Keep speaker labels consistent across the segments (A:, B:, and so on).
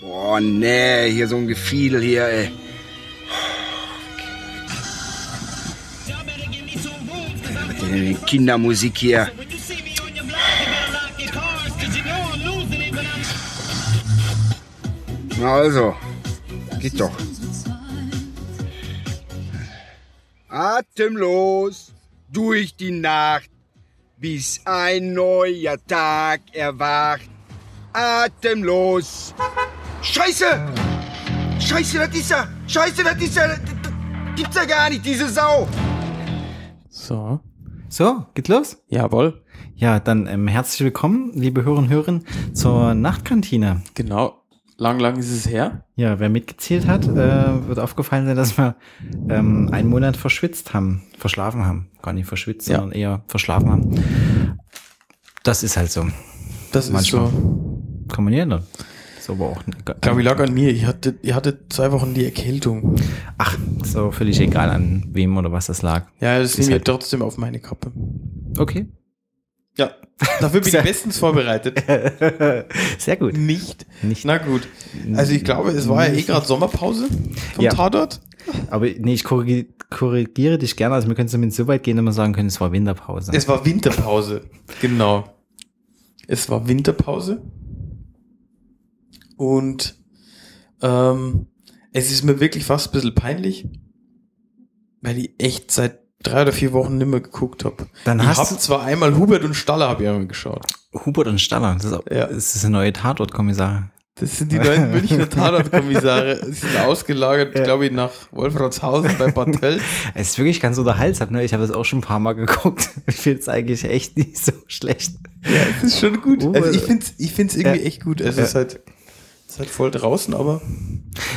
A: Boah, nee, hier so ein Gefiedel hier, ey. Äh, Kindermusik hier. Na also, geht doch. Atemlos durch die Nacht, bis ein neuer Tag erwacht. Atemlos. Scheiße! Scheiße, das ist er! Scheiße, das ist er! Das- das Gibt's ja gar nicht, diese Sau!
B: So.
C: So, geht los?
B: Jawohl.
C: Ja, dann ähm, herzlich willkommen, liebe Hörerinnen und Hörer, zur Nachtkantine.
B: Genau. Lang, lang ist es her.
C: Ja, wer mitgezählt hat, äh, wird aufgefallen sein, dass wir ähm, einen Monat verschwitzt haben, verschlafen haben. Gar nicht verschwitzt,
B: Ja.
C: sondern eher verschlafen haben. Das ist halt so.
B: Das
C: Manchmal.
B: ist so.
C: Kann man nicht ändern. Ist aber auch ne-
B: Ich glaube, ich lag an mir. Ich hatte, ich hatte zwei Wochen die Erkältung.
C: Ach, ist aber völlig egal, an wem oder was das lag.
B: Ja, das
C: Ist
B: nehme ich
C: halt-
B: trotzdem auf meine Kappe.
C: Okay.
B: Ja, dafür bin
C: Sehr-
B: ich bestens vorbereitet.
C: Sehr gut.
B: Nicht.
C: Nicht.
B: Na gut. Also ich glaube, es war ja eh gerade Sommerpause vom
C: Ja.
B: Tatort.
C: Aber nee, ich korrigi- korrigiere dich gerne. Also wir können zumindest so weit gehen, dass wir sagen können, es war Winterpause.
B: Es war Winterpause. Genau. Es war Winterpause. Und ähm, es ist mir wirklich fast ein bisschen peinlich, weil ich echt seit drei oder vier Wochen nimmer geguckt habe.
C: Dann
B: Ich
C: hast
B: habe
C: du
B: zwar einmal Hubert und Staller hab ich einmal geschaut.
C: Hubert und Staller. Das ist, auch,
B: Ja.
C: das ist eine neue Tatortkommissare.
B: Das sind die neuen Münchner Tatortkommissare. Sie sind ausgelagert, glaube ich, nach Wolfratshausen bei Bartell.
C: Es ist wirklich ganz unterhaltsam. Ne? Ich habe das auch schon ein paar Mal geguckt. Ich finde es eigentlich echt nicht so schlecht.
B: Das ist schon gut.
C: Oh,
B: Also ich
C: äh,
B: finde es ich find's irgendwie
C: äh,
B: echt gut. Also Es ist halt, es ist halt voll draußen, aber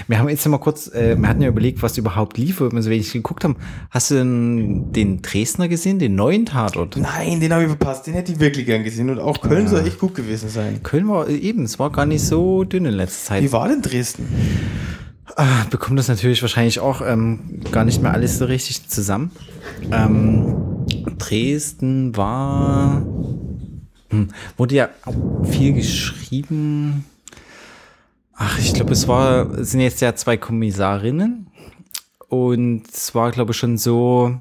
C: Wir haben jetzt noch mal kurz, äh, wir hatten ja überlegt, was überhaupt lief, ob wir so wenig geguckt haben. Hast du denn den Dresdner gesehen, den neuen Tatort?
B: Nein, den habe ich verpasst. Den hätte ich wirklich gern gesehen. Und auch Köln soll echt gut gewesen sein.
C: Köln war äh, eben, es war gar nicht so dünn in letzter Zeit.
B: Wie war denn Dresden?
C: Ah, bekommt das natürlich wahrscheinlich auch ähm, gar nicht mehr alles so richtig zusammen. Ähm, Dresden war. Hm, wurde ja auch viel geschrieben. Ach, ich glaube, es war, es sind jetzt ja zwei Kommissarinnen. Und es war, glaube ich, schon so.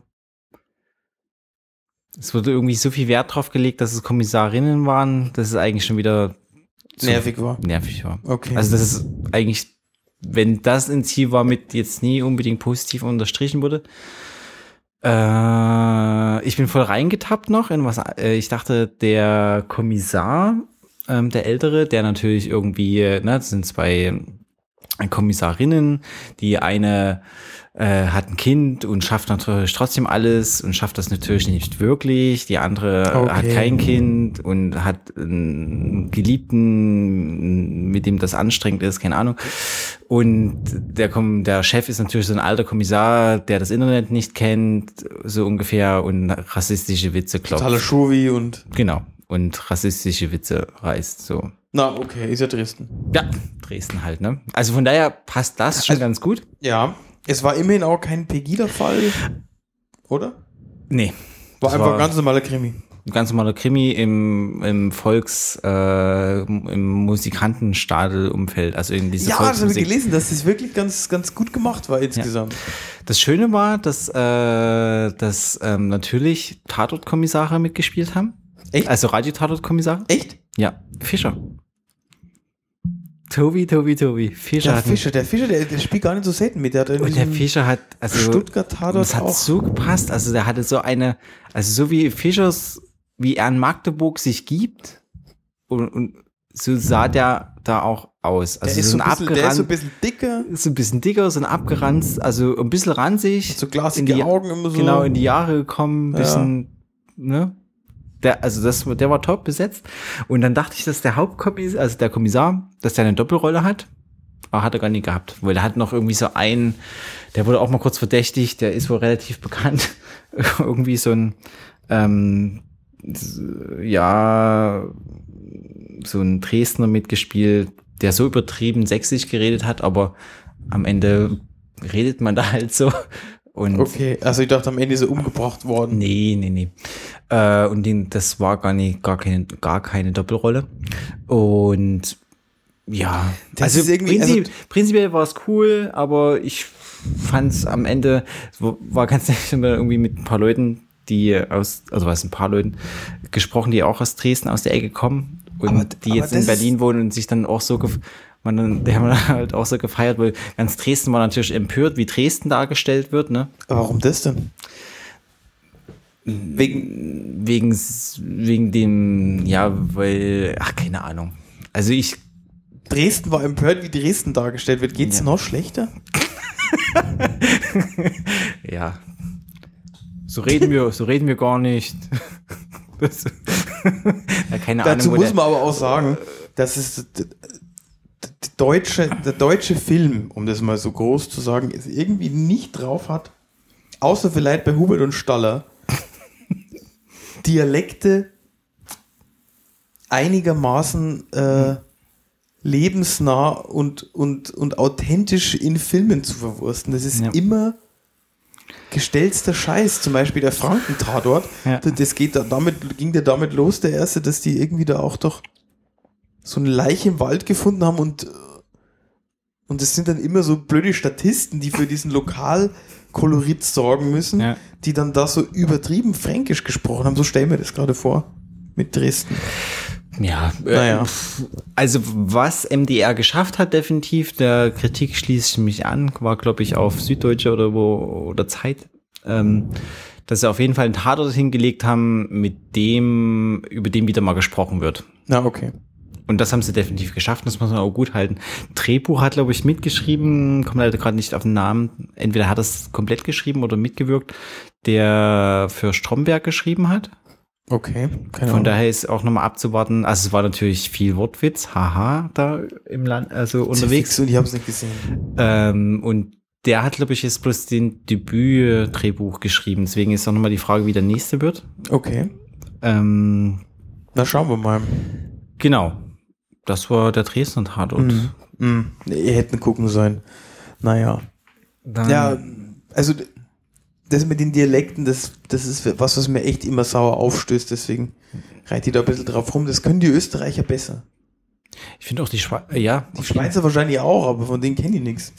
C: Es wurde irgendwie so viel Wert drauf gelegt, dass es Kommissarinnen waren, dass es eigentlich schon wieder zu
B: Nervig war.
C: nervig war.
B: Okay.
C: Also das ist eigentlich, wenn das ein Ziel war, mit jetzt nie unbedingt positiv unterstrichen wurde. Äh, ich bin voll reingetappt noch in was. Äh, ich dachte, der Kommissar, ähm, der Ältere, der natürlich irgendwie, äh, ne, das sind zwei Kommissarinnen, die eine äh, hat ein Kind und schafft natürlich trotzdem alles und schafft das natürlich nicht wirklich. Die andere
B: Okay.
C: hat kein Kind und hat einen Geliebten, mit dem das anstrengend ist, keine Ahnung. Und der, Kom- der Chef ist natürlich so ein alter Kommissar, der das Internet nicht kennt, so ungefähr, und rassistische Witze
B: Totaler
C: klopft.
B: Schowi und.
C: Genau. Und rassistische Witze reißt, so.
B: Na, okay, ist ja Dresden.
C: Ja, Dresden halt, ne? Also von daher passt das
B: Also
C: schon ganz gut.
B: Ja. Es war immerhin auch kein Pegida-Fall. Oder?
C: Nee.
B: War
C: Das
B: einfach
C: war-
B: ganz normaler Krimi.
C: Ein ganz normaler Krimi im, im Volks, äh, im Musikantenstadelumfeld, also in diese
B: Ja, das habe ich
C: Volksmusik.
B: gelesen, dass das wirklich ganz, ganz gut gemacht war insgesamt.
C: Das Schöne war, dass, äh, dass ähm, natürlich Tatortkommissare mitgespielt haben.
B: Echt?
C: Also Radio-Tatortkommissare.
B: Echt?
C: Ja, Fischer. Tobi, Tobi, Tobi. Fischer
B: Der
C: hat mit-
B: Fischer, der Fischer, der, der spielt gar nicht so selten mit. Der hat in
C: Und der
B: diesem-
C: Fischer hat, also
B: Stuttgart-Tatort
C: das hat
B: auch.
C: so gepasst. Also der hatte so eine, also so wie Fischers, wie er in Magdeburg sich gibt und, und so sah der da auch aus.
B: der,
C: Also
B: ist so ein bisschen, der ist so ein
C: abgerannt,
B: bisschen dicker,
C: so ein bisschen dicker, so ein abgeranzt, also ein bisschen ranzig.
B: so glasige
C: in die-
B: Augen immer so.
C: Genau, in die Jahre gekommen,
B: Ja.
C: bisschen, ne? Der, also das, der war top besetzt. Und dann dachte ich, dass der Hauptkommissar, also der Kommissar, dass der eine Doppelrolle hat. Aber hat er gar nicht gehabt. Weil der hat noch irgendwie so einen, der wurde auch mal kurz verdächtigt, der ist wohl relativ bekannt. irgendwie so ein, ähm, s- ja, so ein Dresdner mitgespielt, der so übertrieben sächsisch geredet hat, aber am Ende redet man da halt so. Und
B: Okay, also ich dachte am Ende ist er umgebracht worden.
C: Nee, nee, nee. Äh, und den, das war gar, nicht, gar, keine, gar keine Doppelrolle. Und ja,
B: Das
C: also,
B: ist irgendwie-
C: prinzip,
B: also-
C: prinzipiell war es cool, aber ich fand es am Ende, es war ganz nett, wenn wir irgendwie mit ein paar Leuten, die aus, also was ein paar Leuten gesprochen, die auch aus Dresden aus der Ecke kommen und
B: Aber-
C: die
B: aber
C: jetzt in
B: das-
C: Berlin wohnen und sich dann auch so gef- man dann, die haben dann halt auch so gefeiert, weil ganz Dresden war natürlich empört, wie Dresden dargestellt wird, ne?
B: Aber warum das denn? Wegen,
C: Wegen, s- wegen dem, ja, weil, ach, keine Ahnung. Also ich,
B: Dresden war empört, wie Dresden dargestellt wird. Geht's
C: Ja.
B: noch schlechter?
C: ja. So reden wir, so reden wir gar nicht. Das, ja, keine
B: Dazu
C: Ahnung. wo
B: muss
C: der-
B: man aber auch sagen, dass es d- d- d- deutsche, der deutsche Film, um das mal so groß zu sagen, es irgendwie nicht drauf hat, außer vielleicht bei Hubert und Staller, Dialekte einigermaßen
C: Hm.
B: äh, lebensnah und, und, und authentisch in Filmen zu verwursten. Das ist
C: Ja.
B: immer gestellster Scheiß, zum Beispiel der Franken-Tatort,
C: Ja.
B: das- das geht da, damit, ging der damit los, der erste, dass die irgendwie da auch doch so eine Leiche im Wald gefunden haben und, äh, und das sind dann immer so blöde Statisten, die für diesen Lokalkolorit sorgen müssen,
C: Ja.
B: die dann da so übertrieben fränkisch gesprochen haben. So stell mir das gerade vor. Mit Dresden.
C: Ja, äh,
B: Naja.
C: pf, also was MDR geschafft hat, definitiv, der Kritik schließe ich mich an, war glaube ich auf Süddeutsche oder wo oder Zeit, ähm, dass sie auf jeden Fall einen Tatort hingelegt haben, mit dem, über den wieder mal gesprochen wird.
B: Na, okay.
C: Und das haben sie definitiv geschafft, das muss man auch gut halten. Drehbuch hat, glaube ich, mitgeschrieben, kommt leider gerade nicht auf den Namen. Entweder hat er es komplett geschrieben oder mitgewirkt, der für Stromberg geschrieben hat.
B: Okay. Keine
C: Von
B: Ahnung.
C: daher ist auch nochmal abzuwarten. Also es war natürlich viel Wortwitz, haha, da im Land, also unterwegs.
B: Und ich habe es nicht gesehen.
C: Ähm, und der hat, glaube ich, jetzt bloß den Debüt-Drehbuch geschrieben. Deswegen ist auch nochmal die Frage, wie der nächste wird.
B: Okay.
C: Ähm,
B: Na, schauen wir mal.
C: genau. Das war der Dresden Tatort.
B: Mhm. Mhm. Ihr hätten gucken sollen. Naja.
C: Dann-
B: Ja, also d- das mit den Dialekten, das, das ist was, was mir echt immer sauer aufstößt, deswegen reite ich da ein bisschen drauf rum. Das können die Österreicher besser.
C: Ich finde auch die Schweiz, ja.
B: Die Schweizer wahrscheinlich auch, aber von denen kenne ich nichts.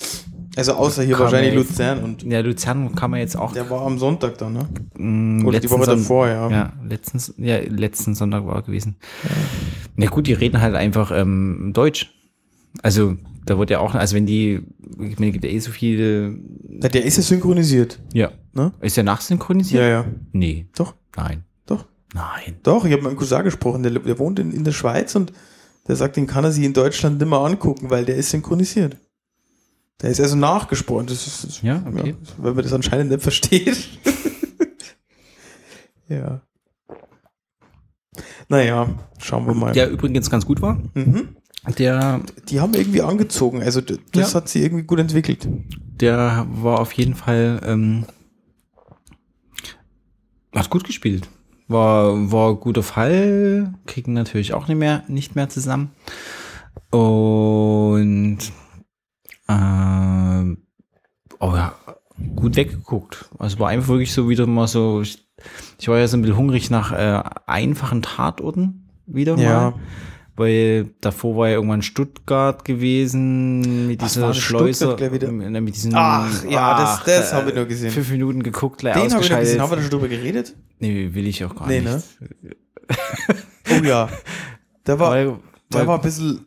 B: Also außer hier
C: Kam
B: wahrscheinlich
C: ja jetzt-
B: Luzern und
C: Ja, Luzern kann man jetzt auch.
B: der war am Sonntag da, ne?
C: mh,
B: Oder die
C: letzten
B: Woche
C: Son-
B: davor, ja.
C: Ja, letztens, ja, letzten Sonntag war er gewesen. Na gut, die reden halt einfach ähm, Deutsch. Also, da wird ja auch, also wenn die, ich meine, gibt ja eh so viele,
B: Na, Der ist ja synchronisiert,
C: ja.
B: ne?
C: Ist der nachsynchronisiert?
B: Ja, ja.
C: Nee,
B: Doch,
C: nein,
B: doch,
C: nein.
B: doch. Ich habe mit einem Cousin gesprochen, der, der wohnt in, in der Schweiz und der sagt, den kann er sich in Deutschland nicht mehr angucken, weil der ist synchronisiert. Der ist also nachgesprochen. Das ist, das
C: Ja, okay.
B: Ja, weil man das anscheinend nicht versteht. ja. Naja, schauen wir mal.
C: Der übrigens ganz gut war.
B: Mhm.
C: Der,
B: Die haben irgendwie angezogen, also d- das
C: Ja.
B: hat sie irgendwie gut entwickelt.
C: der war auf jeden Fall, ähm, hat gut gespielt. War, war guter Fall, kriegen natürlich auch nicht mehr, nicht mehr zusammen. Und ähm, oh ja, gut weggeguckt. Also war einfach wirklich so wieder mal so, ich, ich war ja so ein bisschen hungrig nach äh, einfachen Tatorten wieder mal.
B: Ja.
C: Weil davor war ja irgendwann Stuttgart gewesen, mit
B: Was war
C: dieser
B: das?
C: Schleuser.
B: Stuttgart gleich wieder?
C: äh, Mit diesen,
B: Ach, ja, das- das habe ich nur gesehen.
C: Fünf Minuten geguckt, gleich
B: Den habe ich noch
C: ausgeschaltet.
B: gesehen. Haben wir da schon drüber geredet?
C: nee, will ich auch gar
B: Nee,
C: nicht.
B: ne? Oh ja. Da war,
C: Weil,
B: da
C: weil
B: war ein bisschen.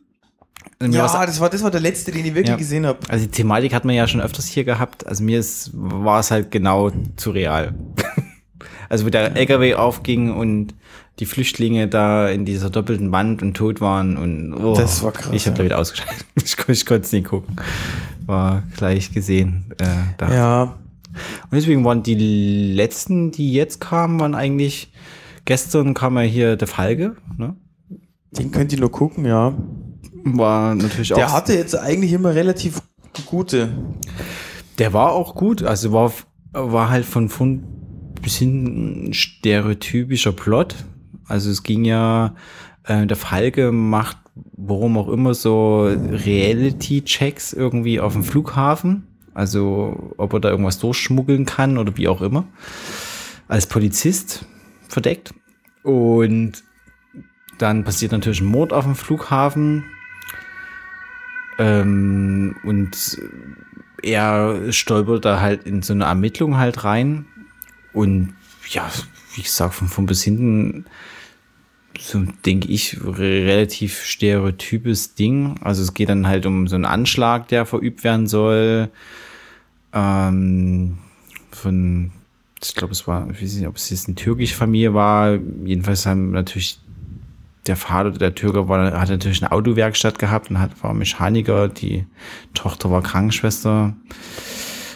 C: mir
B: Ja,
C: war's-
B: das war, das war der letzte, den ich wirklich
C: Ja.
B: gesehen habe.
C: Also die Thematik hat man ja schon öfters hier gehabt. Also mir ist, war es halt genau zu real. also wo der LKW aufging und die Flüchtlinge da in dieser doppelten Wand und tot waren und oh,
B: Das war krass,
C: Ich habe
B: ja.
C: da wieder ausgeschaltet. Ich, kon- ich konnte es nicht gucken. War gleich gesehen. Äh, da.
B: Ja.
C: Und deswegen waren die letzten, die jetzt kamen, waren eigentlich gestern kam ja hier der Falke. Ne?
B: Den könnt ihr nur gucken, ja.
C: War natürlich auch
B: Der hatte jetzt eigentlich immer relativ gute.
C: Der war auch gut, also war, war halt von Fund bis hin ein stereotypischer Plot. Also es ging ja, äh, der Falke macht, warum auch immer, so Reality-Checks irgendwie auf dem Flughafen. Also ob er da irgendwas durchschmuggeln kann oder wie auch immer. Als Polizist verdeckt. Und dann passiert natürlich ein Mord auf dem Flughafen. Ähm, und er stolpert da halt in so eine Ermittlung halt rein. Und ja, wie gesagt, von, von bis hinten so denke ich, re- relativ stereotypes Ding. Also es geht dann halt um so einen Anschlag, der verübt werden soll. Ähm, von, ich glaube, es war, ich weiß nicht, ob es jetzt eine türkische Familie war. Jedenfalls haben natürlich der Vater der Türke war, hat natürlich eine Autowerkstatt gehabt und hat, war Mechaniker. Die Tochter war Krankenschwester.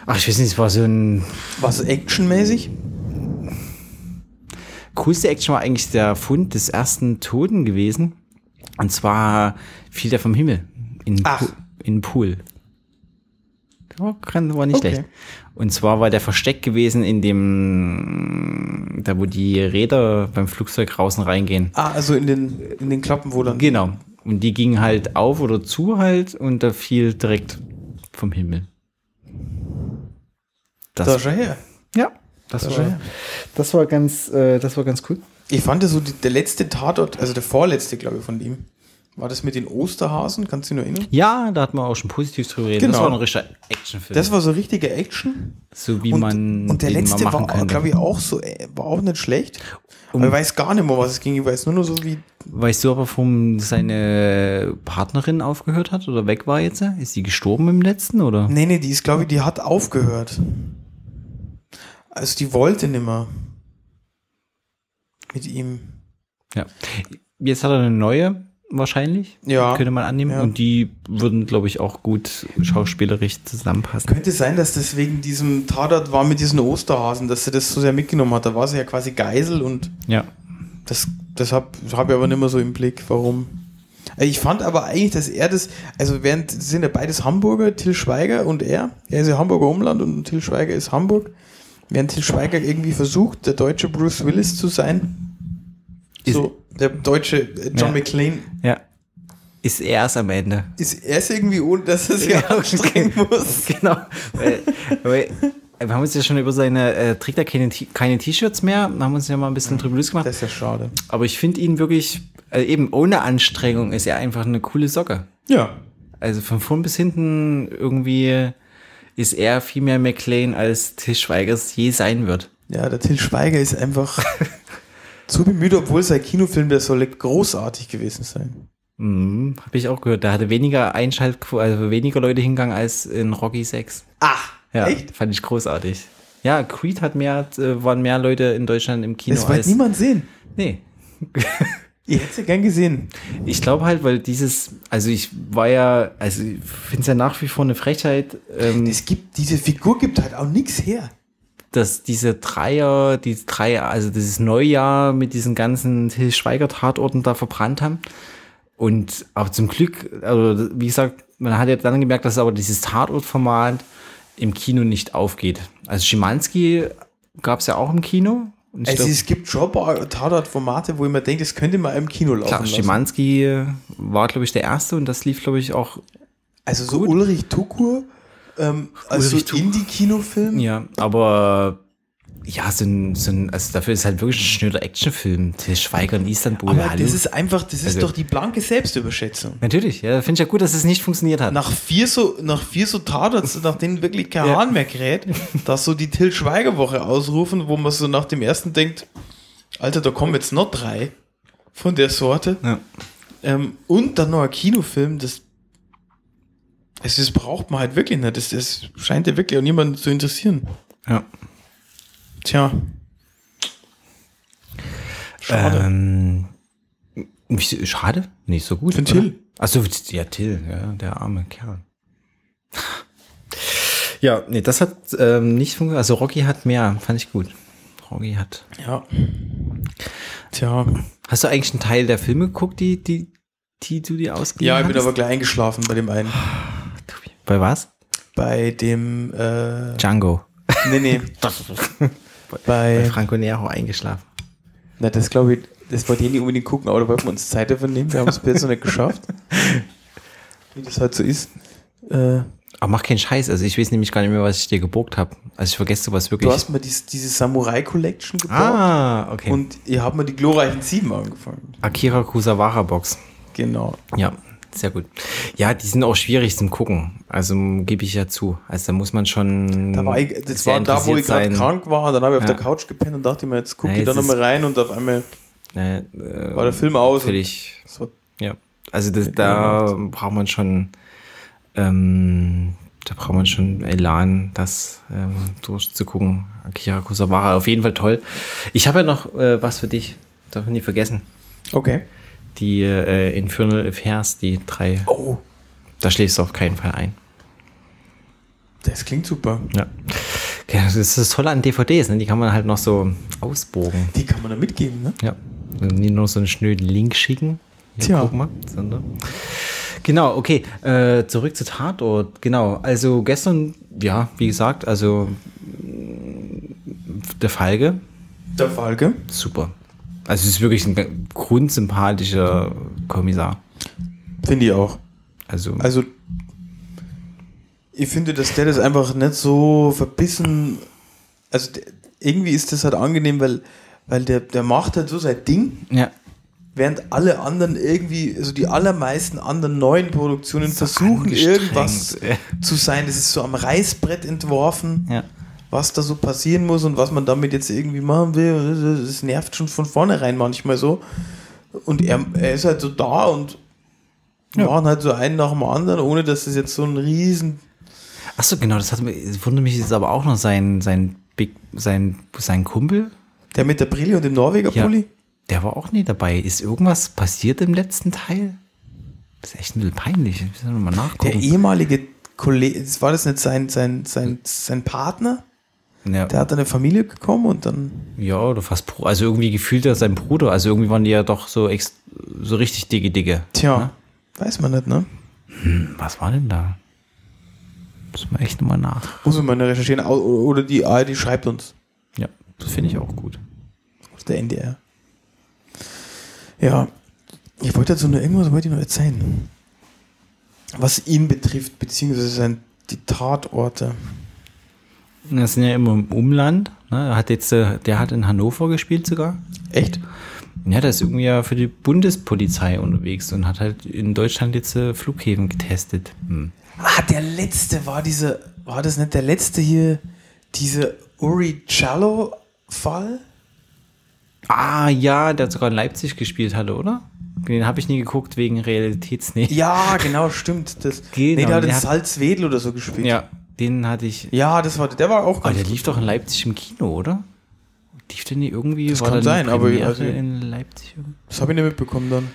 C: Ach, ich weiß nicht, es war so ein
B: Was actionmäßig?
C: coolste Action war eigentlich der Fund des ersten Toten gewesen. Und zwar fiel der vom Himmel in, den
B: Ach.
C: Pool- in den Pool. Ja, kann- War nicht
B: Okay.
C: schlecht. Und zwar war der versteckt gewesen in dem, da wo die Räder beim Flugzeug raus und reingehen.
B: Ah, also in den, in den Klappen, wo dann.
C: Genau. Und die gingen halt auf oder zu halt und da fiel direkt vom Himmel.
B: Da
C: Das,
B: schau her.
C: ja, das,
B: Da schau
C: war,
B: her.
C: das war ganz, äh, das war ganz cool.
B: Ich fand das so die, der letzte Tatort, also der vorletzte, glaube ich, von ihm. War das mit den Osterhasen? Kannst du dich noch erinnern?
C: Ja, da hat man auch schon positiv drüber reden. Das
B: Genau.
C: war ein richtiger Actionfilm.
B: Das war so richtige Action.
C: so wie man
B: und der
C: den man
B: letzte
C: machen
B: war,
C: könnte. Um
B: glaube ich, auch so, äh, war auch nicht schlecht. Aber ich weiß gar nicht mehr, um was es ging. Ich weiß nur noch so wie.
C: Weißt du aber, warum seine Partnerin aufgehört hat oder weg war jetzt? Ist sie gestorben im letzten oder?
B: Nee, nee, die ist, glaube ich, die hat aufgehört. Also die wollte nimmer. Mit ihm.
C: Ja. Jetzt hat er eine neue wahrscheinlich.
B: Ja.
C: Könnte man annehmen.
B: Ja.
C: Und die würden, glaube ich, auch gut schauspielerisch zusammenpassen.
B: Könnte sein, dass das wegen diesem Tatort war mit diesen Osterhasen, dass sie das so sehr mitgenommen hat. Da war sie ja quasi Geisel und
C: Ja.
B: das, das habe hab ich aber nicht mehr so im Blick, warum. Äh, Ich fand aber eigentlich, dass er das, also während das sind ja beides Hamburger, Till Schweiger und er. Er ist ja Hamburger Umland und Till Schweiger ist Hamburg. Während Till Schweiger irgendwie versucht, der deutsche Bruce Willis zu sein.
C: Ist-
B: so, der deutsche äh, John
C: Ja.
B: McClane
C: Ja. Ist er erst am Ende.
B: ist erst irgendwie, ohne dass er sich
C: Ja, okay.
B: anstrengen muss.
C: genau. Weil, weil, wir haben uns ja schon über seine, äh, trägt er keine T- keine T-Shirts mehr, haben uns ja mal ein bisschen drüber lustig gemacht.
B: Das ist ja schade.
C: Aber ich finde ihn wirklich, äh, eben ohne Anstrengung ist er einfach eine coole Socke.
B: Ja.
C: Also von vorn bis hinten irgendwie ist er viel mehr McLean als Tischweigers je sein wird.
B: Ja, der Till Schweiger ist einfach zu bemüht, obwohl sein Kinofilm, der soll großartig gewesen sein.
C: Mhm, Habe ich auch gehört. Da hatte weniger Einschalt, also weniger Leute hingegangen als in Rocky 6.
B: Ach,
C: Ja,
B: echt?
C: fand ich großartig. Ja, Creed hat mehr, äh, waren mehr Leute in Deutschland im Kino
B: Das wollte
C: als.
B: niemand sehen.
C: Nee,
B: Ich hätte es ja gern gesehen.
C: Ich glaube halt, weil dieses, also ich war ja, also ich finde es ja nach wie vor eine Frechheit, ähm,
B: Es gibt, diese Figur gibt halt auch nichts her.
C: dass diese Dreier, die Dreier, also dieses Neujahr mit diesen ganzen Till Schweiger-Tatorten da verbrannt haben. Und aber zum Glück, also wie gesagt, man hat ja dann gemerkt, dass aber dieses Tatortformat im Kino nicht aufgeht. Also Schimanski gab es ja auch im Kino. Und ich
B: Also
C: glaub-
B: es gibt schon Tatort-Formate, wo ich mir denke, das könnte man im Kino laufen
C: klar,
B: lassen.
C: Schimanski war, glaube ich, der erste und das lief, glaube ich, auch
B: Also so Ulrich Tukur, ähm, also
C: Ulrich
B: so
C: Tukur.
B: Indie-Kinofilm.
C: Ja, aber ja, so ein, so ein, also dafür ist halt wirklich ein schnöder Actionfilm. Till Schweiger in Istanbul.
B: Aber
C: hallo.
B: das ist einfach, das ist
C: Also-
B: doch die blanke Selbstüberschätzung.
C: Natürlich, ja, finde ich ja gut, dass es nicht funktioniert hat.
B: Nach vier so, nach vier so Tatorts, nach denen wirklich kein
C: Ja.
B: Hahn mehr kräht, dass so die Till Schweiger Woche ausrufen, wo man so nach dem ersten denkt, Alter, da kommen jetzt noch drei von der Sorte.
C: Ja.
B: Ähm, und dann noch ein Kinofilm, das, das, das braucht man halt wirklich nicht. Das, das scheint ja wirklich auch niemanden zu interessieren.
C: Ja.
B: Tja. Schade.
C: Ähm, wieso- schade? Nicht so gut.
B: Für
C: oder?
B: Till.
C: Ach so, ja, Till, ja, der arme Kerl. Ja, nee, das hat ähm, nicht funktioniert. Also Rocky hat mehr, fand ich gut. Rocky hat.
B: Ja. Tja.
C: Hast du eigentlich einen Teil der Filme geguckt, die, die, die du dir ausgeliehen
B: Ja, ich bin
C: hattest?
B: aber gleich eingeschlafen bei dem einen.
C: Bei was?
B: Bei dem, äh,
C: Django.
B: nee, nee,
C: bei
B: bei,
C: Franco Nero eingeschlafen.
B: na, das glaube ich, das wollte ich nicht unbedingt gucken, aber da wollten wir uns Zeit davon nehmen. Wir haben es bis jetzt noch nicht geschafft. Wie das halt so ist. Äh,
C: Aber mach keinen Scheiß. Also ich weiß nämlich gar nicht mehr, was ich dir geborgt habe. Also ich vergesse sowas wirklich.
B: du hast mir dies, diese Samurai Collection gebaut
C: ah, okay.
B: und ihr habt mir die glorreichen Sieben angefangen.
C: Akira Kusawa Box.
B: Genau.
C: Ja, sehr gut. Ja, die sind auch schwierig zum Gucken. Also gebe ich ja zu. Also da muss man schon.
B: Da war ich, das
C: sehr
B: war da, wo
C: interessiert
B: ich gerade
C: sein.
B: krank war. und Dann habe ich auf
C: Ja.
B: der Couch gepennt und dachte mir, jetzt gucke
C: Ja,
B: ich da
C: jetzt ist-
B: nochmal rein und auf einmal
C: Ja, äh,
B: war der Film aus. und
C: völlig.
B: es war
C: Ja. Also das, da
B: genau.
C: braucht man schon. Ähm, da braucht man schon Elan, das ähm, durchzugucken. Akira Kurosawa, auf jeden Fall toll. Ich habe ja noch äh, was für dich. Darf man nie vergessen.
B: Okay.
C: Die äh, Infernal Affairs, die drei.
B: Oh,
C: Da schläfst du auf keinen Fall ein.
B: das klingt super.
C: Ja. Ja, Das ist das Tolle an DVDs, ne? die kann man halt noch so ausbogen.
B: Die kann man da mitgeben, ne?
C: Ja. Und nicht nur so einen schnöden Link schicken. Hier,
B: Tja.
C: Guck mal. sondern- Genau, okay. Äh, zurück zu Tatort. Genau. Also gestern, ja, wie gesagt, also mm, der Falke,
B: Der Falke.
C: super. Also es ist wirklich ein g- grundsympathischer Kommissar.
B: Finde ich auch.
C: Also,
B: Also, ich finde, dass der das einfach nicht so verbissen. Also, der, irgendwie ist das halt angenehm, weil, weil der, der macht halt so sein Ding,
C: ja.
B: während alle anderen irgendwie, also die allermeisten anderen neuen Produktionen versuchen, irgendwas
C: angestrengt,
B: zu sein. Das ist so am Reißbrett entworfen.
C: Ja.
B: Was da so passieren muss und was man damit jetzt irgendwie machen will, das nervt schon von vornherein manchmal so. Und er, er ist halt so da und machen halt so einen nach dem anderen, ohne dass es jetzt so ein riesen
C: Achso, genau, das hat mir, es wundert mich jetzt aber auch noch sein, sein Big, sein, sein Kumpel,
B: der mit der Brille und dem Norweger
C: Ja.
B: Pulli.
C: Der war auch nie dabei. Ist irgendwas passiert im letzten Teil? Das ist echt ein bisschen peinlich. Ich muss nochmal
B: Der
C: nachgucken.
B: ehemalige Kollege, war das nicht sein, sein, sein, sein Partner?
C: ja,
B: Der hat eine Familie bekommen und dann.
C: ja, oder fast. Bru- Also irgendwie gefühlt er sein Bruder. Also irgendwie waren die ja doch so, ex so richtig dicke, dicke.
B: Tja, weiß man nicht, ne?
C: Was war denn da? Muss man echt nochmal nach.
B: Muss man mal recherchieren. Au- Oder die ARD schreibt uns.
C: Ja, das finde ich auch gut.
B: Aus der NDR. Ja. Ich wollte dazu nur irgendwas wollte ich noch erzählen. Was ihn betrifft, beziehungsweise sein, die Tatorte.
C: Das sind ja immer im Umland. Ne? Er Hat jetzt, äh, der hat in Hannover gespielt sogar.
B: Echt?
C: Ja, der ist irgendwie ja für die Bundespolizei unterwegs und hat halt in Deutschland jetzt äh, Flughäfen getestet. Hm.
B: Ah, der letzte war diese. War das nicht der letzte hier? Diese Uri Cello-Fall?
C: Ah, ja, der hat sogar in Leipzig gespielt hatte, oder? Den habe ich nie geguckt wegen Realitätsnähe.
B: Ja, genau, stimmt. Das, nee,
C: Genau,
B: der hat in
C: der hat-
B: Salzwedel oder so gespielt.
C: Ja, den hatte ich.
B: Ja, das war, der war auch
C: Aber der lief doch in Leipzig im Kino, oder? Lief der nicht irgendwie? Das
B: kann
C: da eine
B: sein, aber ich-
C: Premiere
B: also-
C: in Leipzig.
B: Das habe ich nicht mitbekommen dann.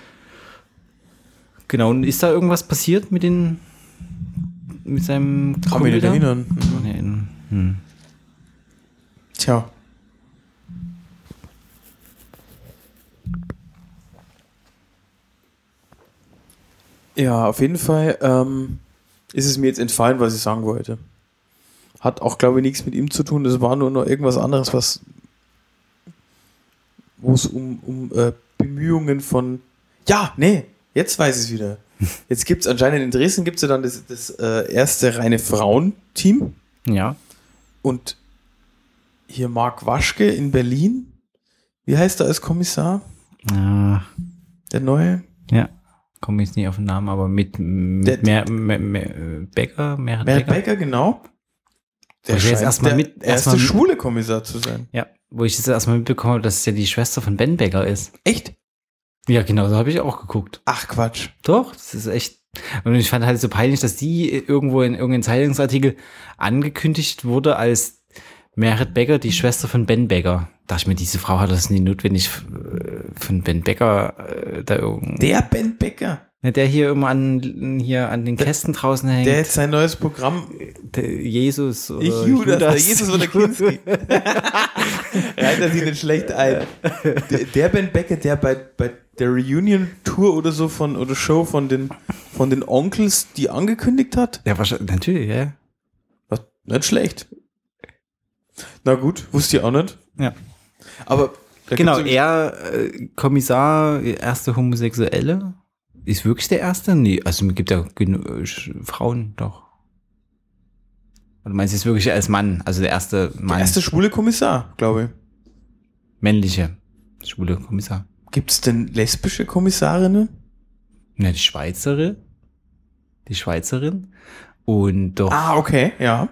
C: Genau, und ist da irgendwas passiert mit den. mit seinem.
B: Kann mich nicht
C: Kumpel da?
B: erinnern.
C: Kann man nicht erinnern. Hm.
B: Tja. Ja, auf jeden Fall ähm, ist es mir jetzt entfallen, was ich sagen wollte. Hat auch, glaube ich, nichts mit ihm zu tun. Das war nur noch irgendwas anderes, was wo es um, um äh, Bemühungen von ja, nee, jetzt weiß ich es wieder. Jetzt gibt es anscheinend in Dresden gibt es ja dann das, das äh, erste reine Frauenteam.
C: Ja.
B: Und hier Marc Waschke in Berlin. Wie heißt er als Kommissar?
C: Ah,
B: Der neue?
C: ja. Komme jetzt nicht auf den Namen, aber mit,
B: Der-
C: mit mehr, mehr, mehr, äh, Becker, Merit
B: Merritt
C: Becker.
B: Becker, genau. Der
C: Und der ist
B: scheint
C: erstmal
B: der
C: mit-
B: erste
C: erstmal mit-
B: schwule Kommissar zu sein.
C: Ja, wo ich jetzt erstmal mitbekommen habe, dass es ja die Schwester von Ben Becker ist.
B: Echt?
C: Ja, genau, so habe ich auch geguckt.
B: Ach Quatsch.
C: Doch, das ist echt. Und ich fand halt so peinlich, dass die irgendwo in irgendeinem Zeitungsartikel angekündigt wurde als Merit Becker, die Schwester von Ben Becker. Dachte ich mir, diese Frau hat das nie notwendig äh, von Ben Becker äh, da irgendwie.
B: Der Ben Becker,
C: Der, der hier immer an, hier an den Kästen draußen hängt.
B: der jetzt sein neues Programm
C: der Jesus. Oder
B: Ich Judas, der Jesus oder Kinski. reiht er sich nicht schlecht ein. Der, der Ben Becker, der bei, bei der Reunion-Tour oder so von oder Show von den, von den Onkels, die angekündigt hat,
C: Ja, wahrscheinlich, natürlich, ja.
B: Was? Nicht schlecht. Na gut, wusste ich auch nicht.
C: ja.
B: Aber da
C: Genau,
B: gibt's-
C: er, äh, Kommissar, erste Homosexuelle. Ist wirklich der erste? Nee, also es gibt ja genu- äh, Sch- Frauen doch. Oder meinst du jetzt wirklich als Mann? Also der erste Mann.
B: der erste schwule Kommissar, glaube
C: männliche schwule Kommissar.
B: ich. Gibt es denn lesbische Kommissarinnen?
C: Na, die Schweizerin? die Schweizerin. Und doch
B: Ah, okay, ja.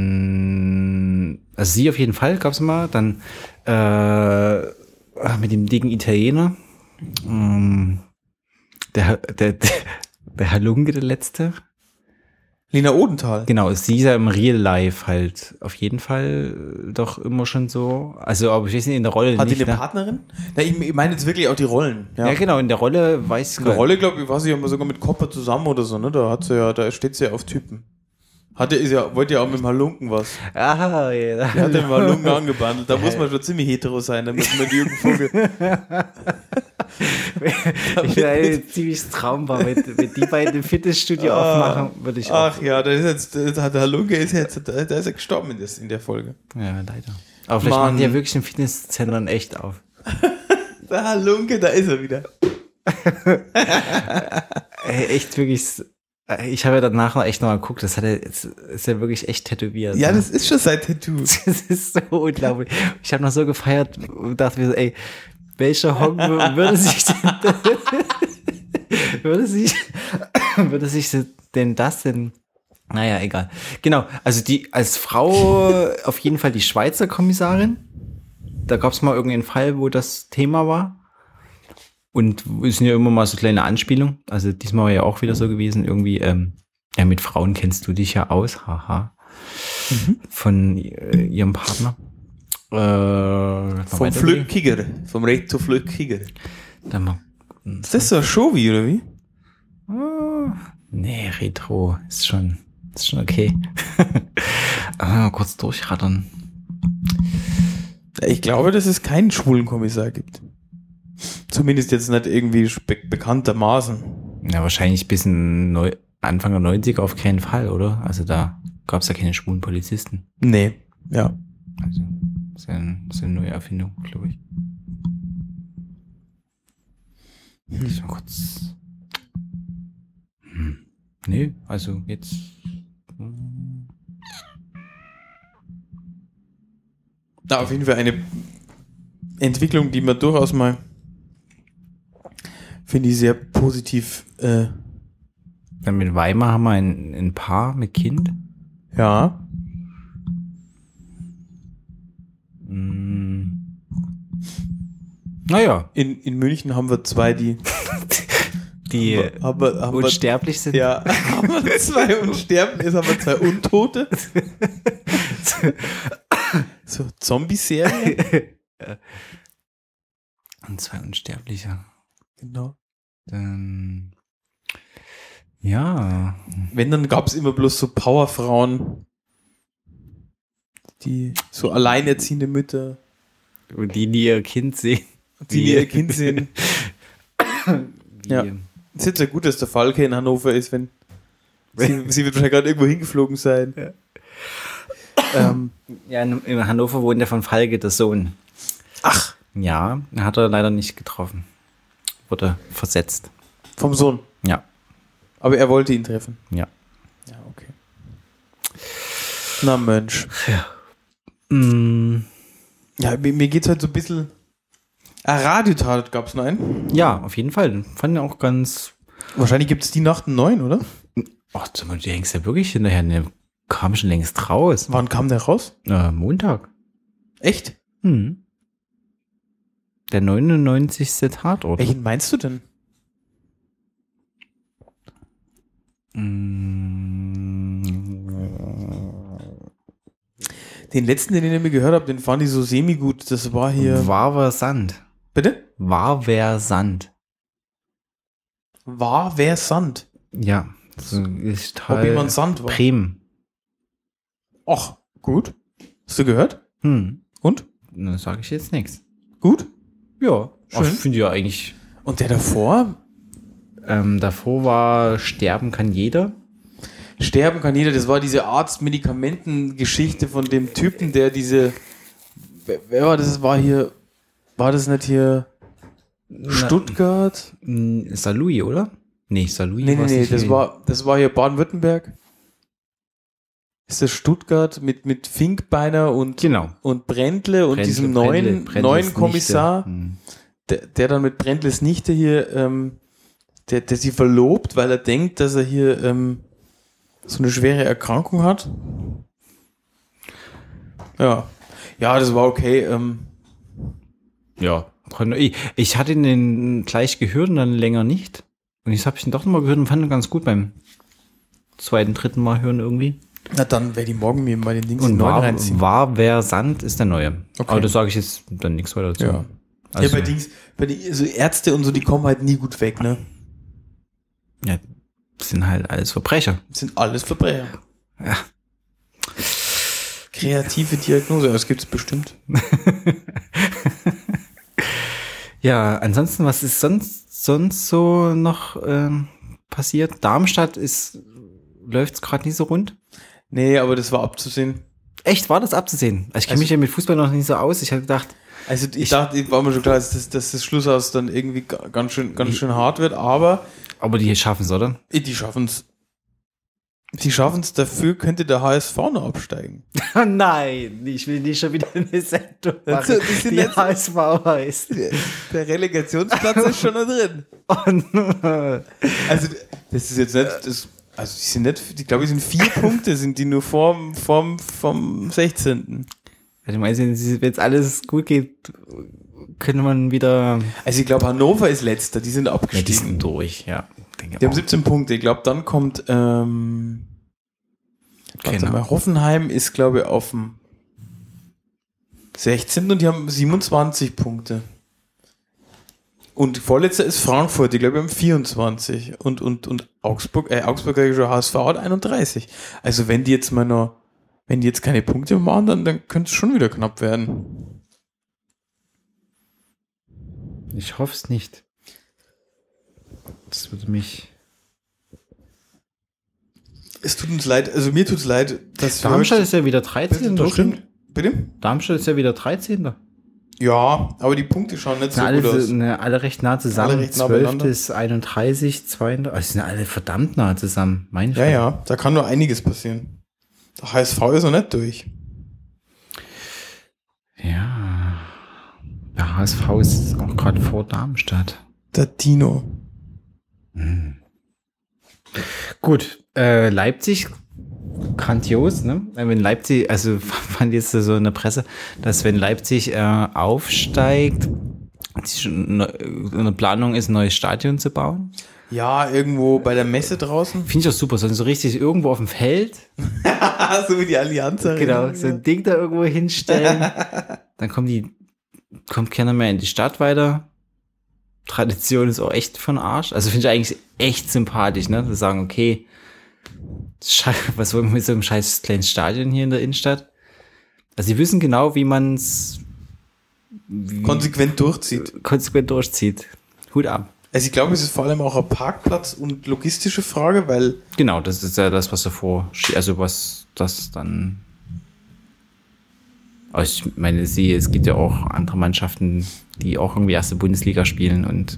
C: im, also sie auf jeden Fall gab's mal, dann äh, ah, mit dem dicken Italiener, ähm, der, der, der, der Halunge, der letzte.
B: Lena Odenthal.
C: Genau, sie ist ja im Real Life halt auf jeden Fall äh, doch immer schon so. Also, aber ich weiß nicht, in der Rolle
B: Hat die
C: nicht.
B: eine
C: ne?
B: Partnerin? Na, ich, ich meine jetzt wirklich auch die Rollen. Ja,
C: ja. genau, in der Rolle weiß ich
B: Eine
C: gar
B: Rolle, glaube ich, war sie ja mal sogar mit Kopper zusammen oder so, ne? Da hat sie ja, da steht sie ja auf Typen. Hatte, ist ja, wollte ja auch mit dem Halunken was.
C: Ah, ja.
B: Er hat den Halunken angebandelt. Da muss man schon ziemlich hetero sein, damit man Jürgen Vogel.
C: ich bin ein ziemlich Traum war, wenn, wenn die beiden im Fitnessstudio
B: Ah.
C: aufmachen, würde ich auch.
B: Ach ja, da ist jetzt, da hat der Halunke ist jetzt, da da ist er gestorben in des- in der Folge.
C: Ja, leider. Aber vielleicht
B: Mann.
C: machen die ja wirklich den Fitnesszentren echt auf.
B: Der Halunke, da ist er wieder.
C: Ey, echt wirklich. s- äh, Ich habe ja danach noch echt nochmal geguckt, das hat er, das ist ja wirklich echt tätowiert.
B: Ja,
C: ne?
B: das ist schon sein Tattoo.
C: Das ist so unglaublich. Ich habe noch so gefeiert und dachte mir so, ey, welcher Hong würde sich denn, würde sich, würde sich denn das denn, naja, egal. Genau, also die, als Frau auf jeden Fall die Schweizer Kommissarin. Da gab es mal irgendeinen Fall, wo das Thema war. Und es sind ja immer mal so kleine Anspielungen. Also diesmal war ja auch wieder so gewesen, irgendwie, ähm, ja, mit Frauen kennst du dich ja aus, haha von äh, ihrem Partner. Äh,
B: Vom Flötkiger. Vom Recht zu Flötkiger.
C: Dann mal.
B: Ist das so ein Showy, oder wie?
C: Ah. Nee, Retro ist schon, ist schon okay. ah, kurz durchrattern.
B: Ich glaube, dass es keinen schwulen Kommissar gibt. Zumindest jetzt nicht irgendwie spe- bekanntermaßen.
C: Ja, wahrscheinlich bis in neu, Anfang der 90er auf keinen Fall, oder? Also da gab es ja keine schwulen Polizisten.
B: Nee, ja.
C: Also, ist ja, ein, ist ja eine neue Erfindung, glaube ich. Ich mal kurz. Hm. Nee, also jetzt. hm.
B: Na, auf jeden Fall eine Entwicklung, die man durchaus mal, finde ich, sehr positiv, äh,
C: Dann mit Weimar haben wir ein, ein Paar mit Kind.
B: ja.
C: Hm. Naja,
B: In, in München haben wir zwei, die
C: die
B: haben wir, haben wir,
C: unsterblich sind.
B: ja, haben wir zwei Unsterben, jetzt haben wir zwei Untote. So Zombie-Serie.
C: Und zwei Unsterbliche.
B: Genau.
C: Dann. Ja.
B: Wenn, dann gab es immer bloß so Powerfrauen, die so alleinerziehende Mütter,
C: Und die nie ihr Kind sehen.
B: die
C: Wie-
B: ihr Kind sehen. Ja. Es ist jetzt ja gut, dass der Falke in Hannover ist, wenn sie, sie wird wahrscheinlich gerade irgendwo hingeflogen sein. Ähm,
C: Ja, in, in Hannover wohnt der von Falke, der Sohn.
B: ach,
C: Ja, hat er leider nicht getroffen. Wurde versetzt.
B: vom Sohn.
C: Ja,
B: Aber er wollte ihn treffen.
C: ja.
B: Ja, okay. Na Mensch.
C: Mm,
B: Ja, mir, mir geht's heute so ein bisschen. Ah, Radiotat gab's noch einen.
C: ja, auf jeden Fall. Fand ich auch ganz.
B: Wahrscheinlich gibt's die Nacht einen neuen, oder?
C: Ach, du du hängst ja wirklich hinterher. Der kam schon längst raus.
B: Wann kam der raus?
C: Äh, Montag.
B: Echt?
C: Hm. Der 99. Tatort.
B: Welchen meinst du denn?
C: Mm.
B: Den letzten, den ich nämlich gehört habe, den fand ich so semi-gut. Das war hier.
C: Warwer Sand.
B: Bitte?
C: Warwer Sand.
B: War wer Sand?
C: Ja. Das ist
B: Ob
C: toll.
B: jemand Sand war?
C: Bremen.
B: Ach, gut. Hast du gehört?
C: Hm.
B: Und?
C: Na, sage ich jetzt nichts.
B: Gut?
C: Ja.
B: schön.
C: Finde ich ja eigentlich.
B: Und der davor?
C: Ähm, davor war Sterben kann jeder.
B: Sterben kann jeder. Das war diese Arzt-Medikamenten-Geschichte von dem Typen, der diese. Wer, wer war das? Das War hier. War das nicht hier Stuttgart?
C: Mm, Ist da Louis, oder? Nee, ist da Louis?
B: Nee, nee,
C: Weiß
B: nee.
C: nicht,
B: Das
C: wie-
B: war, das war hier Baden-Württemberg. Ist das Stuttgart mit, mit Finkbeiner und,
C: Genau.
B: und Brändle und
C: Brendle,
B: diesem
C: Brendle,
B: neuen,
C: Brendles
B: neuen
C: Nichte.
B: Kommissar?
C: Hm.
B: der, der dann mit Brendles Nichte hier ähm, der, der sie verlobt, weil er denkt, dass er hier ähm, so eine schwere Erkrankung hat. Ja. Ja, das war okay. Ähm,
C: Ja. Konnte- Ich, ich hatte ihn den gleich gehört und dann länger nicht. Und jetzt habe ich ihn doch nochmal gehört und fand ihn ganz gut beim zweiten, dritten Mal hören irgendwie.
B: na dann werde ich morgen mir mal den Dings
C: Und
B: in neuen
C: war,
B: reinziehen.
C: war wer Sand ist der neue.
B: Okay.
C: Aber das sage ich jetzt dann nichts weiter dazu.
B: Ja.
C: Also,
B: ja, bei Dings, bei die, also Ärzte und so, die kommen halt nie gut weg, ne?
C: ja, sind halt alles Verbrecher.
B: Das sind alles Verbrecher.
C: Ja.
B: Kreative Diagnose, das gibt's bestimmt.
C: Ja, ansonsten, was ist sonst, sonst so noch ähm, passiert? Darmstadt ist, läuft's gerade nicht so rund.
B: Nee, aber das war abzusehen.
C: Echt, war das abzusehen? Also ich kenne
B: Also-
C: mich ja mit Fußball noch nicht so aus. Ich habe gedacht,
B: Also ich, dachte, ich war mir schon klar, dass, das- dass das Schlussaus dann irgendwie ga- ganz schön, ganz schön hart wird, aber
C: aber die schaffen es, oder?
B: eh, die schaffen's. Die schaffen's, dafür könnte der HSV noch absteigen.
C: Nein, ich will nicht schon wieder eine Sendung
B: Also, die sind jetzt-
C: HSV heißt.
B: Der Relegationsplatz ist schon noch drin.
C: Oh,
B: Also, das ist jetzt nicht, das, also die sind nicht, ich glaube, die sind vier Punkte, sind die nur vorm, vorm, vom 16.
C: Also meinst du, wenn es alles gut geht, könnte man wieder...
B: Also ich glaube, Hannover ist letzter, die sind
C: Ja,
B: abgestiegen.
C: die sind durch, ja. Denke
B: Die haben
C: auch.
B: 17 Punkte. Ich glaube, dann kommt ähm, warte
C: Genau.
B: mal, Hoffenheim ist, glaube ich, auf dem 16. und die haben 27 Punkte. Und vorletzter ist Frankfurt, die glaube ich haben 24. Und, und, und Augsburg, äh, Augsburgerischer HSV hat 31. Also wenn die jetzt mal noch, wenn die jetzt keine Punkte machen, dann, dann könnte es schon wieder knapp werden.
C: Ich hoffe es nicht. Das würde mich...
B: Es tut uns leid, also mir tut es leid, dass
C: Darmstadt
B: wir
C: ist ja wieder
B: heute,
C: 13.
B: das stimmt. Bitte?
C: Darmstadt ist ja wieder 13.
B: Ja, aber die Punkte schauen nicht so
C: sind alle,
B: gut aus.
C: so- ne, alle recht nah zusammen.
B: Alle recht nah
C: 12.
B: beieinander.
C: ist 31, 32. Also sind alle verdammt nah zusammen. Meine
B: Ja,
C: Fresse.
B: ja, da kann nur einiges passieren. Der HSV ist noch nicht durch.
C: ja. Der HSV ist auch gerade vor Darmstadt.
B: Der Dino.
C: Gut, äh, Leipzig, grandios, ne? Äh, Wenn Leipzig, also fand jetzt so in der Presse, dass wenn Leipzig äh, aufsteigt, sie schon ne- in der Planung ist, ein neues Stadion zu bauen.
B: Ja, irgendwo bei der Messe draußen.
C: Finde ich auch super, sondern so richtig irgendwo auf dem Feld.
B: Ah, so wie die Allianz Arena.
C: Genau, so ein Ding da irgendwo hinstellen. Dann kommen die, kommt keiner mehr in die Stadt weiter. Tradition ist auch echt von Arsch. Also finde ich eigentlich echt sympathisch, ne? Wir sagen, okay, sche- was wollen wir mit so einem scheiß kleinen Stadion hier in der Innenstadt? Also sie wissen genau, wie man es
B: Konsequent durchzieht.
C: konsequent durchzieht. Hut ab.
B: Also ich glaube, es ist vor allem auch ein Parkplatz und logistische Frage, weil
C: Genau, das ist ja das, was davor, steht. also was das dann. Aber ich meine, sie, es gibt ja auch andere Mannschaften, die auch irgendwie erste Bundesliga spielen und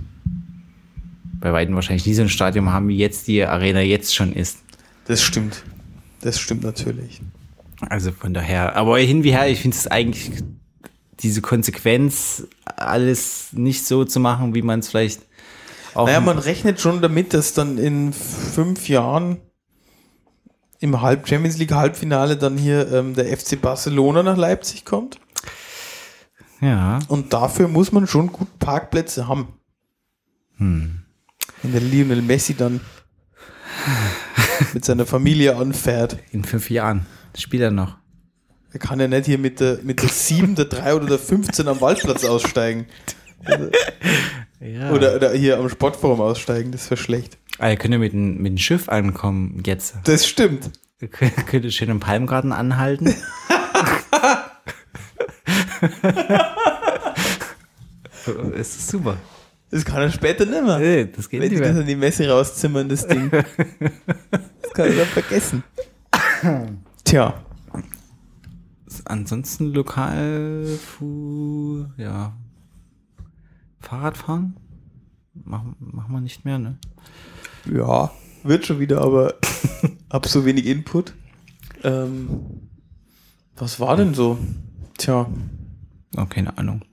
C: bei weitem wahrscheinlich nie so ein Stadion haben, wie jetzt die Arena jetzt schon ist.
B: das stimmt. Das stimmt natürlich.
C: Also von daher, aber hin wie her, ich finde es eigentlich diese Konsequenz, alles nicht so zu machen, wie man es vielleicht auch.
B: Naja, man rechnet schon damit, dass dann in fünf Jahren im Halb Champions League Halbfinale dann hier ähm, der FC Barcelona nach Leipzig kommt.
C: ja.
B: Und dafür muss man schon gut Parkplätze haben.
C: Hm.
B: Wenn der Lionel Messi dann mit seiner Familie anfährt.
C: In fünf Jahren spielt er noch.
B: Er kann ja nicht hier mit der, mit der 7, der 3 oder der 15 am Waldplatz aussteigen.
C: Ja.
B: Oder, oder hier am Sportforum aussteigen. Das wäre schlecht.
C: Ah, ihr könnt ja mit, dem- mit dem Schiff ankommen jetzt.
B: Das stimmt.
C: Ihr könnt, könnt ihr schön im Palmgarten anhalten. Es ist super.
B: Das kann er später nicht mehr.
C: Nee, das Äh, geht
B: Wenn die
C: nicht
B: das
C: mehr.
B: an die Messe rauszimmern, das Ding. Das kann er dann vergessen. Tja.
C: Ansonsten lokal, Fu, ja. Fahrradfahren? Machen, machen wir nicht mehr, ne?
B: Ja, wird schon wieder, aber hab so wenig Input. Ähm, was war denn so? Tja.
C: Oh, keine Ahnung.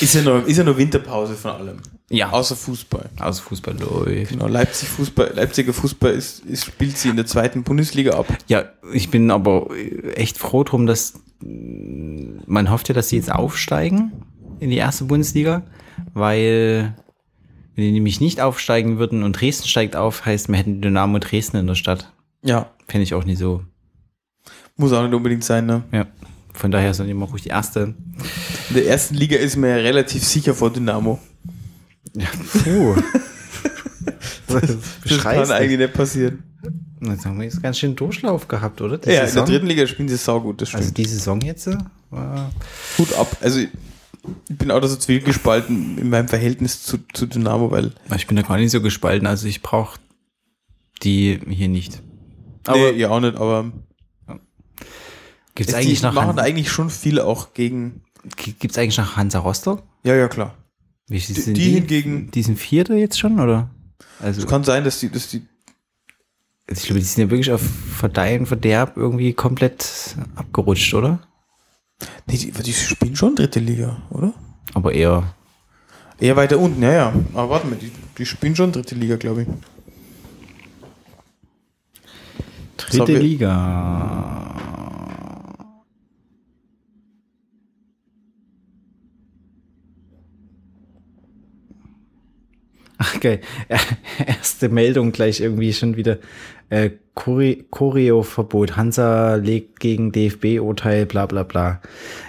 B: Ist ja, noch, ist ja noch Winterpause von allem.
C: Ja, aus,
B: Außer Fußball.
C: aus Fußball läuft.
B: Genau, Leipzig Fußball, Leipziger Fußball ist, ist, spielt sie in der zweiten Bundesliga ab.
C: Ja, ich bin aber echt froh drum, dass man hofft ja, dass sie jetzt aufsteigen in die erste Bundesliga, weil wenn die nämlich nicht aufsteigen würden und Dresden steigt auf, heißt, wir hätten Dynamo Dresden in der Stadt.
B: Ja,
C: Finde ich auch nicht so.
B: muss auch nicht unbedingt sein, ne?
C: Ja. Von daher sind immer ruhig die erste.
B: In der ersten Liga ist man ja relativ sicher vor Dynamo.
C: Ja, puh.
B: Das kann eigentlich nicht passieren.
C: Jetzt haben wir jetzt ganz schön Durchlauf gehabt, oder? Die
B: Ja, in der
C: Saison?
B: dritten Liga spielen sie saugut, das stimmt.
C: Also die Saison jetzt äh, war
B: Hut ab. Also ich bin auch da so zwiegespalten in meinem Verhältnis zu, zu Dynamo, weil
C: Ah, Ich bin da gar nicht so gespalten, also ich brauche die hier nicht.
B: aber
C: Aber
B: nee, ja auch nicht, aber
C: gibt's
B: es-
C: eigentlich
B: die
C: noch
B: machen
C: Han
B: eigentlich schon viel auch gegen.
C: gibt's eigentlich noch Hansa Rostock?
B: Ja, ja, klar.
C: Wie viel
B: Die-
C: sind
B: die hingegen-
C: Die sind Vierte jetzt schon, oder? Also,
B: Es kann sein, dass die, dass die
C: also ich glaube, die sind ja wirklich auf Verdeihen, Verderb irgendwie komplett abgerutscht, oder?
B: nee, die, die spielen schon dritte Liga, oder?
C: Aber eher.
B: Eher weiter unten, ja, ja. Aber warte mal, die, die spielen schon dritte Liga, glaube ich.
C: Dritte
B: wir-
C: Liga. Ach, geil. Erste Meldung gleich irgendwie schon wieder. Äh, Chore- Choreo-Verbot. Hansa legt gegen DFB-Urteil, bla bla bla.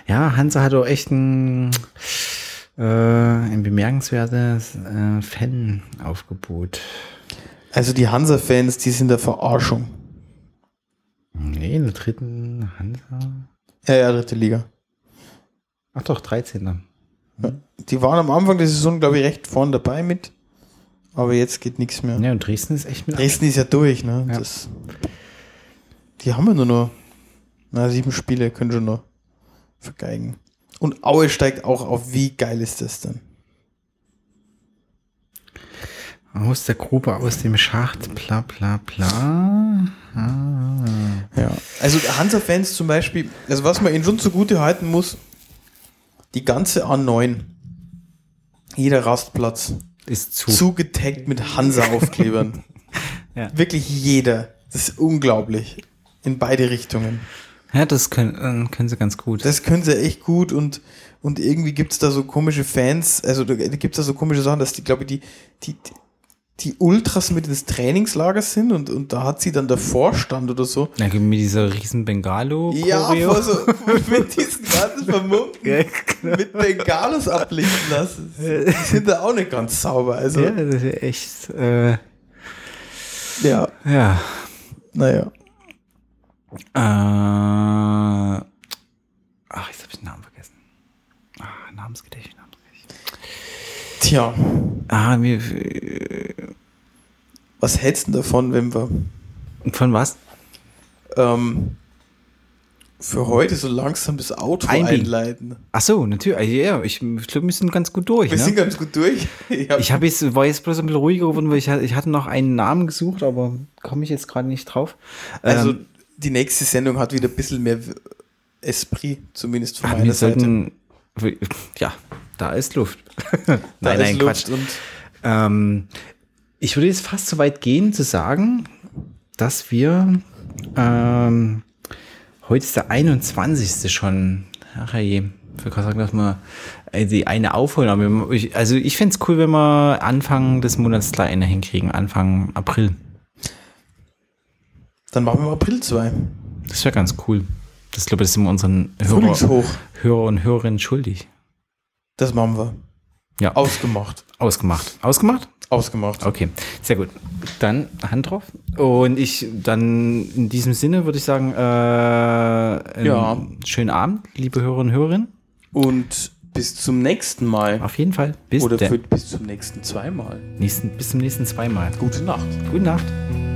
C: Ja, Hansa hat auch echt ein, äh, ein bemerkenswertes äh, Fan-Aufgebot.
B: Also die Hansa-Fans, die sind der Verarschung.
C: Nee, in der dritten Hansa.
B: Ja, ja, dritte Liga.
C: Ach doch, 13.
B: Die waren am Anfang der Saison, glaube ich, recht vorn dabei mit. Aber jetzt geht nichts mehr.
C: Ja, und Dresden ist echt mit.
B: Dresden ist ja durch, ne?
C: Ja.
B: Das, die haben ja nur noch. Na, sieben Spiele können schon noch vergeigen. Und Aue steigt auch auf. Wie geil ist das denn?
C: Aus der Grube, aus dem Schacht, bla bla bla. Ah.
B: Ja. Also Hansa-Fans zum Beispiel, also was man ihnen schon zugute halten muss, die ganze A9, jeder Rastplatz,
C: Ist zu.
B: zugetaggt mit Hansa-Aufklebern.
C: Ja.
B: Wirklich jeder. Das ist unglaublich. In beide Richtungen.
C: Ja, das können, äh, können sie ganz gut.
B: Das können sie echt gut und, und irgendwie gibt es da so komische Fans, also da gibt es da so komische Sachen, dass die, glaube ich, die, die, die Ultras mit ins Trainingslager sind und, und da hat sie dann der Vorstand oder so.
C: Dann gibt mir dieser riesen Bengalo.
B: Ja,
C: Choreo.
B: vor so, mit diesen ganzen Vermummten,
C: genau.
B: mit Bengalos ablichten lassen. Die sind da auch nicht ganz sauber. Also,
C: ja, das ist echt. Äh,
B: ja,
C: ja.
B: naja.
C: Äh, ach, jetzt habe ich den Namen vergessen. Ah, Namensgedächtnis, Namensgedächtnis.
B: Tja,
C: Ah, mir,
B: was hältst du denn davon, wenn wir
C: von was?
B: ähm, für heute so langsam das Auto
C: Einbiegen.
B: einleiten?
C: Ach so, natürlich. Also, Ja, ich, ich glaube, wir sind ganz gut durch.
B: Wir
C: ne?
B: sind ganz gut durch. Ich hab-
C: Ich habe jetzt, war jetzt bloß ein bisschen ruhiger geworden, weil ich, ha- ich hatte noch einen Namen gesucht, aber komme ich jetzt gerade nicht drauf.
B: Also
C: ähm,
B: die nächste Sendung hat wieder ein bisschen mehr Esprit, zumindest von
C: aber
B: meiner
C: Ah, wir
B: Seite.
C: sollten, ja, da ist Luft.
B: Da
C: nein,
B: ist
C: nein,
B: Luft
C: Quatsch.
B: Und
C: Ähm, ich würde jetzt fast so weit gehen zu sagen, dass wir ähm, heute ist der 21. schon. Ach je, ich würde sagen, dass wir äh, die eine aufholen. Aber wir- ich- Also ich fände es cool, wenn wir Anfang des Monats gleich eine hinkriegen, Anfang April.
B: dann machen wir im April 2.
C: Das wäre ganz cool. Das glaube ich, das sind wir unseren Hörer,
B: Frühlingshoch.
C: Hörer und Hörerinnen schuldig.
B: Das machen wir.
C: Ja,
B: Ausgemacht.
C: ausgemacht. Ausgemacht?
B: Ausgemacht.
C: Okay, sehr gut. Dann Hand drauf. Und ich dann in diesem Sinne würde ich sagen, äh, einen
B: Ja.
C: schönen Abend, liebe Hörerinnen und Hörerinnen.
B: Und bis zum nächsten Mal.
C: Auf jeden Fall. Bis,
B: Oder
C: der
B: für, bis zum nächsten zweimal.
C: nächsten, bis zum nächsten zweimal.
B: Gute Nacht.
C: Gute Nacht.
B: Tschüss.